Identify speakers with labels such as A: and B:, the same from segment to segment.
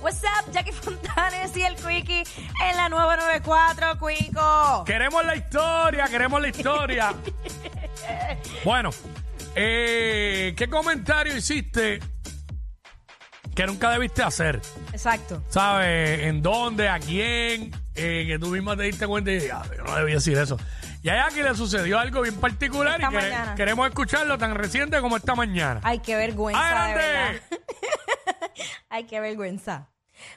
A: What's up, Jackie Fontanes y el Quickie en la 994, Quico.
B: Queremos la historia, queremos la historia. bueno, eh, ¿qué comentario hiciste que nunca debiste hacer?
A: Exacto.
B: ¿Sabes? ¿En dónde? ¿A quién? Eh, que tú misma te diste cuenta y dijiste, "Ah, yo no debía decir eso. Y a Jackie le sucedió algo bien particular
A: Esta
B: y quere-
A: mañana.
B: queremos escucharlo tan reciente como esta mañana.
A: Ay, qué vergüenza, de
B: ¡Adelante!
A: verdad. Ay, qué vergüenza.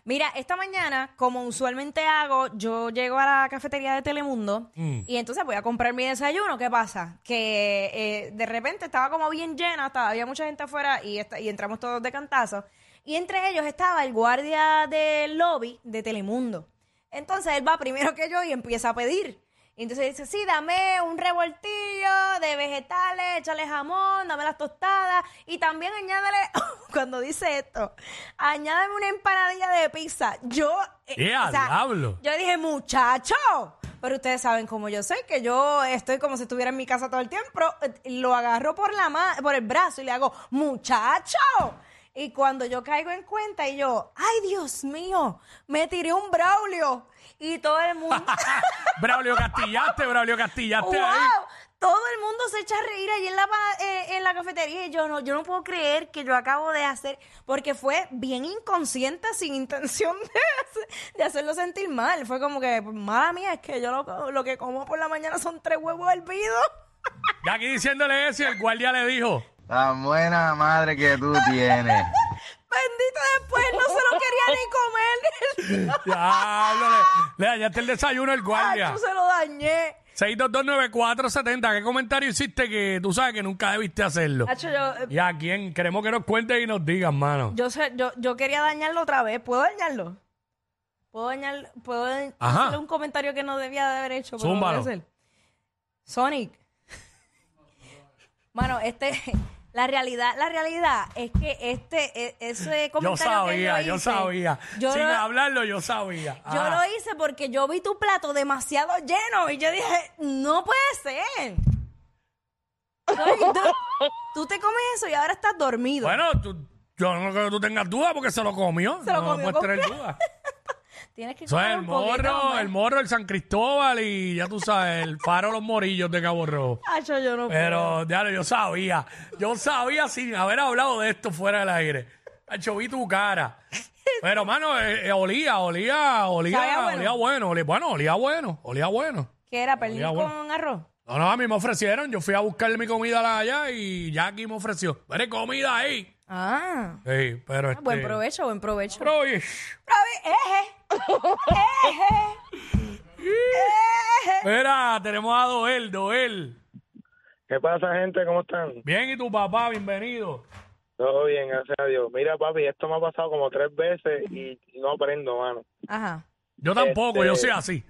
A: Mira, esta mañana, como usualmente hago, yo llego a la cafetería de Telemundo y entonces voy a comprar mi desayuno. ¿Qué pasa? Que eh, de repente estaba como bien llena, estaba, había mucha gente afuera y, esta- y entramos todos de cantazo. Y entre ellos estaba el guardia del lobby de Telemundo. Entonces él va primero que yo y empieza a pedir. Y entonces dice, sí, dame un revoltillo de vegetales, échale jamón, dame las tostadas y también añádale, cuando dice esto, añádame una empanadilla de pizza. Yo, eh,
B: ¡Ea, diablo!
A: yo dije, muchacho, pero ustedes saben cómo yo soy, que yo estoy como si estuviera en mi casa todo el tiempo, eh, lo agarro por, la ma- por el brazo y le hago, muchacho. Y cuando yo caigo en cuenta y yo, ay Dios mío, me tiré un braulio. Y todo el mundo...
B: Braulio Castillaste, Braulio Castillaste ahí.
A: ¡Wow! Todo el mundo se echa a reír allí en la, pa- eh, en la cafetería y yo no, yo no puedo creer que yo acabo de hacer, porque fue bien inconsciente, sin intención de, hacer- de hacerlo sentir mal. Fue como que, mala mía, es que yo lo, lo que como por la mañana son tres huevos hervidos.
B: Jackie diciéndole eso y el guardia le dijo.
C: La buena madre que tú tienes.
A: Bendito después, no se lo quería ni comer.
B: Diablo, le, le dañaste el desayuno al guardia.
A: Yo se lo dañé.
B: 6229470, ¿qué comentario hiciste que tú sabes que nunca debiste hacerlo?
A: Hacho, yo, eh,
B: ¿Y a quién? Queremos que nos cuentes y nos digas, mano.
A: yo, sé- yo, yo quería dañarlo otra vez. ¿Puedo dañarlo? ¿Puedo dañar? ¿Puedo dañ-
B: Ajá.
A: hacerle un comentario que no debía de haber hecho? pero lo voy a
B: Zúmbalo.
A: hacer? Sonic. Mano, este... La realidad, la realidad es que este, e- ese
B: Yo
A: comentario que
B: sabía,
A: yo,
B: yo
A: hice,
B: sabía.
A: yo
B: Sin
A: lo-
B: hablarlo, yo sabía. Ah,
A: yo
B: Ajá.
A: lo hice porque yo vi tu plato demasiado lleno y yo dije, no puede ser. Tú, tú te comes eso y ahora estás dormido.
B: Bueno, tú- yo no creo que tú tengas duda porque se lo comió.
A: Se lo
B: no
A: comió
B: puedes tener
A: completo.
B: duda.
A: Tienes que
B: Eso es
A: comer
B: el
A: un poquito
B: morro,
A: más.
B: el morro, el San Cristóbal y ya tú sabes, el faro Los Morillos de Cabo Rojo.
A: Acho, yo no puedo.
B: Pero, diablo, yo sabía. Yo sabía sin haber hablado de esto fuera del aire. Hacho, vi tu cara. Pero, mano, eh, eh, olía, olía, olía,
A: Sabía bueno.
B: olía bueno. Olía, bueno, olía bueno, olía bueno.
A: ¿Qué era? ¿Pernil
B: Olía bueno.
A: con arroz?
B: No, no, a mí me ofrecieron. Yo fui a buscar mi comida allá y Jackie me ofreció. Pero hay comida ahí.
A: Ah,
B: Sí, pero este...
A: buen provecho, buen provecho. eh,
B: pero, oye,
A: Prove- eje. Eje. Eje.
B: Mira, tenemos a Doel, Doel.
D: ¿Qué pasa, gente? ¿Cómo están?
B: Bien, y tu papá, bienvenido.
D: Todo bien, gracias a Dios. Mira, papi, esto me ha pasado como tres veces y no aprendo, mano.
A: Ajá.
B: Yo tampoco,
D: Este-
B: yo soy así.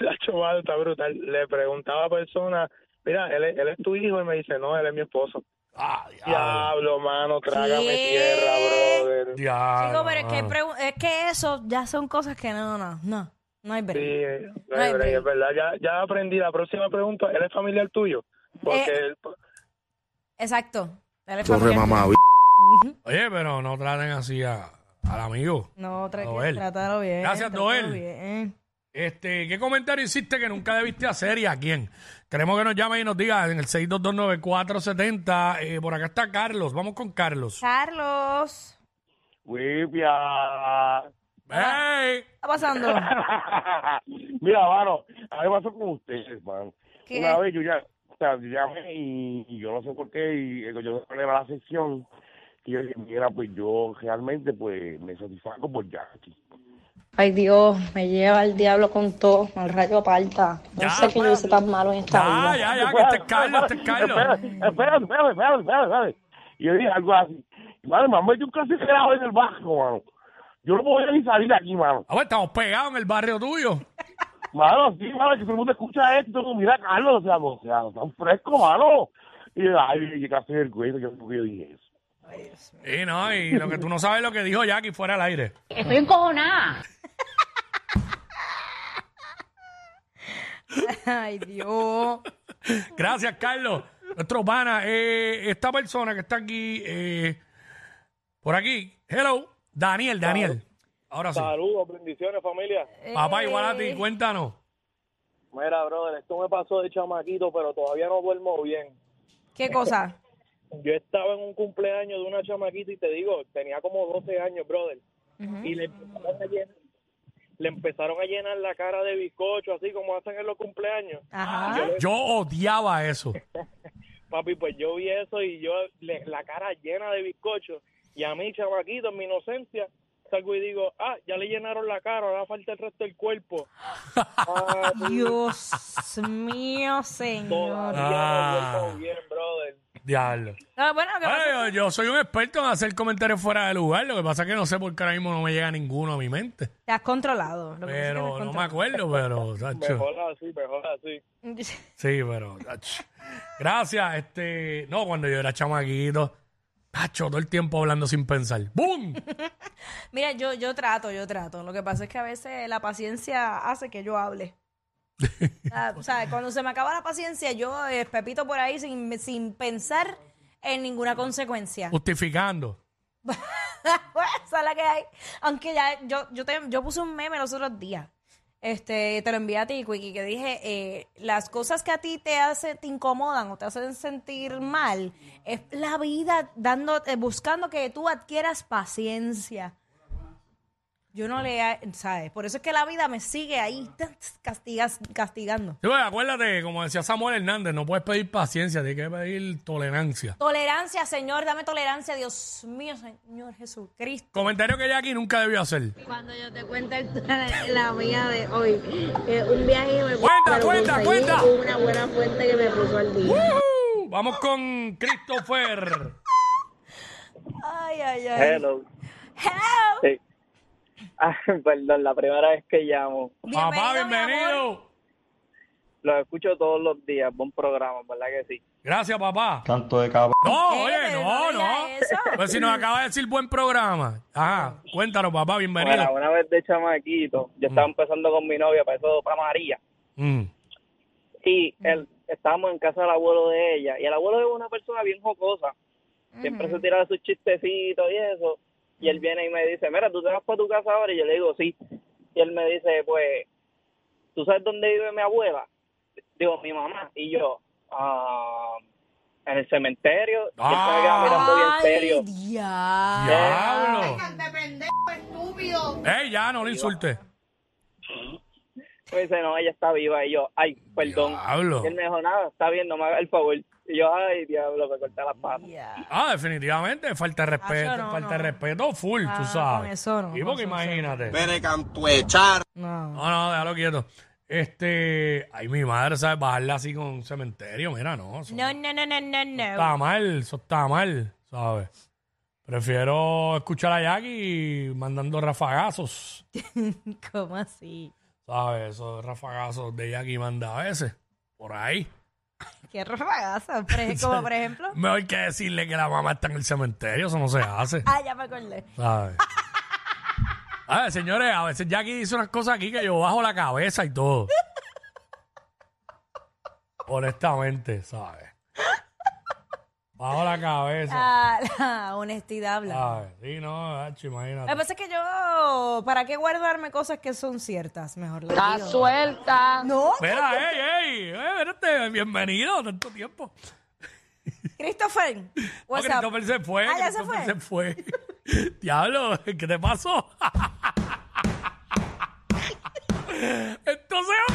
D: La chovada está brutal. Le preguntaba a persona, mira, él es, él es tu hijo y me dice, no, él es mi esposo.
B: Ah, diablo.
D: Diablo, mano, trágame
A: ¿Qué?
D: tierra, brother.
B: diablo,
A: Chico, pero es que, hay
B: mano.
A: pregu- es que eso ya son cosas que no, no, no. No hay break.
D: Sí, eh, no
A: Ay,
D: hay break,
A: break.
D: es verdad. Ya, ya aprendí. La próxima pregunta, ¿él es familiar tuyo? Porque
A: Eh.
D: él- pues,
A: Exacto. Dale
E: Torre
A: familia.
E: mamá,
B: Oye, pero no traten así a- al amigo.
A: No, tra
B: Noel.
A: trátalo bien.
B: Gracias,
A: trátalo
B: Noel.
A: bien.
B: Este, ¿qué comentario hiciste que nunca debiste hacer y a quién? Queremos que nos llame y nos diga en el 6229470. Eh, por acá está Carlos, vamos con Carlos.
A: Carlos,
F: Wipia.
B: ¡Ey!
A: ¿qué está pasando?
F: Mira, mano, a mí pasó con ustedes, man.
A: ¿Qué?
F: Una vez yo ya, o sea, yo llamé y, y yo no sé por qué, y eh, yo le la sesión, y yo dije, mira, pues yo realmente, pues, me satisfago por Jackie.
G: Ay Dios, me lleva el diablo con todo, al rayo aparta. No
B: Ya,
G: sé qué yo hice tan malo en esta
B: Ya,
G: vida.
B: ya, ya, que este es Carlos, este es Carlos.
F: Espérate, espérate, espérate, espérate, espérate. Y yo dije algo así. Y, Mano, mamá, yo casi quedaba en el banco, mano. Yo no puedo ni salir de aquí, mano.
B: A ver, Ah, pues, estamos pegados en el barrio tuyo.
F: Mano, sí, mano, que todo el mundo escucha esto. Mira, Carlos, o sea, o sea, tan fresco, mano. Y, ay, qué clase de vergüenza, yo creo que yo dije eso.
B: Y no, y lo que tú no sabes lo que dijo Jackie fuera al aire.
E: Estoy encojonada.
A: Ay, Dios.
B: Gracias, Carlos. Nuestro pana, eh, esta persona que está aquí, eh, por aquí, hello, Daniel, Daniel. Ahora sí.
D: Saludos, bendiciones, familia.
A: Eh.
B: Papá, igual a ti, cuéntanos.
D: Mira, brother, esto me pasó de chamaquito, pero todavía no duermo bien.
A: ¿Qué cosa?
D: Yo estaba en un cumpleaños de una chamaquita y te digo, tenía como 12 años, brother. Y le empezaron, a llenar, le empezaron a llenar la cara de bizcocho, así como hacen en los cumpleaños.
A: Ajá.
B: Yo odiaba eso.
D: Papi, pues yo vi eso y yo, le- la cara llena de bizcocho. Y a mí, chamaquito, en mi inocencia, salgo y digo, ah, ya le llenaron la cara, ahora falta el resto del cuerpo. Ah,
A: Dios mío, señor.
D: todavía
B: Ah.
D: no duermo bien, brother.
B: Diablo.
A: Ah, bueno, ¿qué pasa?
B: Bueno, yo, yo soy un experto en hacer comentarios fuera de lugar. Lo que pasa es que no sé por qué ahora mismo no me llega ninguno a mi mente.
A: Te has controlado. Lo que pasa es que
B: Pero
A: te has
B: no me acuerdo, pero. Sacho.
D: Mejor así, mejor así.
A: controlado.
B: Sí, pero. ach. Gracias. Este, no, cuando yo era chamaquito, tacho, todo el tiempo hablando sin pensar. ¡Bum!
A: Mira, yo, yo trato, yo trato. Lo que pasa es que a veces la paciencia hace que yo hable. Ah, o sea, cuando se me acaba la paciencia, yo eh, pepito por ahí sin, sin pensar en ninguna consecuencia.
B: Justificando.
A: Esa es la que hay. Aunque ya, yo, yo, te- yo puse un meme los otros días. Este, te lo envié a ti, Quickie, que dije, eh, las cosas que a ti te hace, te incomodan o te hacen sentir mal, es la vida dando, eh, buscando que tú adquieras paciencia. Yo no le, ha- ¿sabes? Por eso es que la vida me sigue ahí, castigas, castigando.
B: Sí, pues, acuérdate, como decía Samuel Hernández, no puedes pedir paciencia, tienes que pedir tolerancia.
A: Tolerancia, Señor, dame tolerancia, Dios mío, Señor Jesucristo.
B: Comentario que Jackie nunca debió hacer.
E: Cuando yo te cuento la, la mía de hoy, que un viaje que me
B: Cuenta,
E: pero
B: cuenta,
E: conseguí
B: cuenta.
E: una buena fuente que me puso al día.
B: ¡Woo! Vamos con Christopher.
A: Ay, ay, ay.
D: Hello.
A: Hello.
D: Sí. Ah, perdón, la primera vez que llamo.
B: Papá,
A: mi amor.
B: bienvenido.
D: Los escucho todos los días. Buen programa, ¿verdad que sí?
B: Gracias, papá.
H: Tanto de cabrón.
B: No,
A: Eh,
B: oye,
A: pero
B: no,
A: no diga
B: no.
A: eso.
B: Pues si nos acaba de decir buen programa. Ajá, cuéntanos, papá, bienvenido.
D: Bueno, una vez de chamaquito, yo estaba empezando con mi novia, para eso, para María.
B: Mm.
D: Y él, estábamos en casa del abuelo de ella. Y el abuelo es una persona bien jocosa. Siempre se tiraba sus chistecitos y eso. Y él viene y me dice, mira, ¿tú te vas para tu casa ahora? Y yo le digo, sí. Y él me dice, pues, ¿tú sabes dónde vive mi abuela? Digo, mi mamá. Y yo, ah, en el cementerio. Y él se me
B: Ah.
D: queda mirando bien serio.
A: Ay, diablo.
B: ¡Diablo! ¡Ey, ya, no lo insultes!
D: Me dice, no, ella está viva. Y yo, ay, perdón.
B: Diablo.
D: Y él me dijo, nada, está bien, no me haga el favor. Y yo, ay, diablo, me corté las patas.
A: Ya.
B: Ah, definitivamente, falta de respeto,
A: Ah, yo no,
B: falta de
A: no.
B: respeto full,
A: Ah,
B: tú sabes.
A: con eso no,
B: Y
A: con
B: porque
A: eso no.
B: imagínate.
A: No.
B: No, no, déjalo quieto. Este, ay, mi madre, ¿sabes? Bajarla así con un cementerio, mira, no. Eso
A: No, no, no, no, no, no.
B: está mal, eso está mal, ¿sabes? Prefiero escuchar a Jackie mandando rafagazos,
A: ¿Cómo así?
B: ¿sabes? Esos rafagazos de Jackie manda a veces, por ahí.
A: Qué rafagaza. Por ej- Como por ejemplo.
B: Mejor que decirle que la mamá está en el cementerio, eso no se hace.
A: Ah, ya me acordé.
B: ¿sabes? A ver, señores, a veces Jackie dice unas cosas aquí que yo bajo la cabeza y todo. Honestamente, ¿sabes? Bajo la cabeza.
A: Ah, la honestidad habla.
B: ¿sabes? Sí, no, hacho,
A: Lo que
B: imagínate.
A: pasa es que yo, ¿para qué guardarme cosas que son ciertas? Mejor lo digo.
E: suelta.
A: No,
B: Mira, ey, ey, eh, espérate, bienvenido, tanto tiempo.
A: Christopher.
B: No,
A: What's up?
B: Oh, Christopher se fue,
A: Ah, ya se
B: Christopher se fue. Diablo, ¿qué te pasó? Entonces,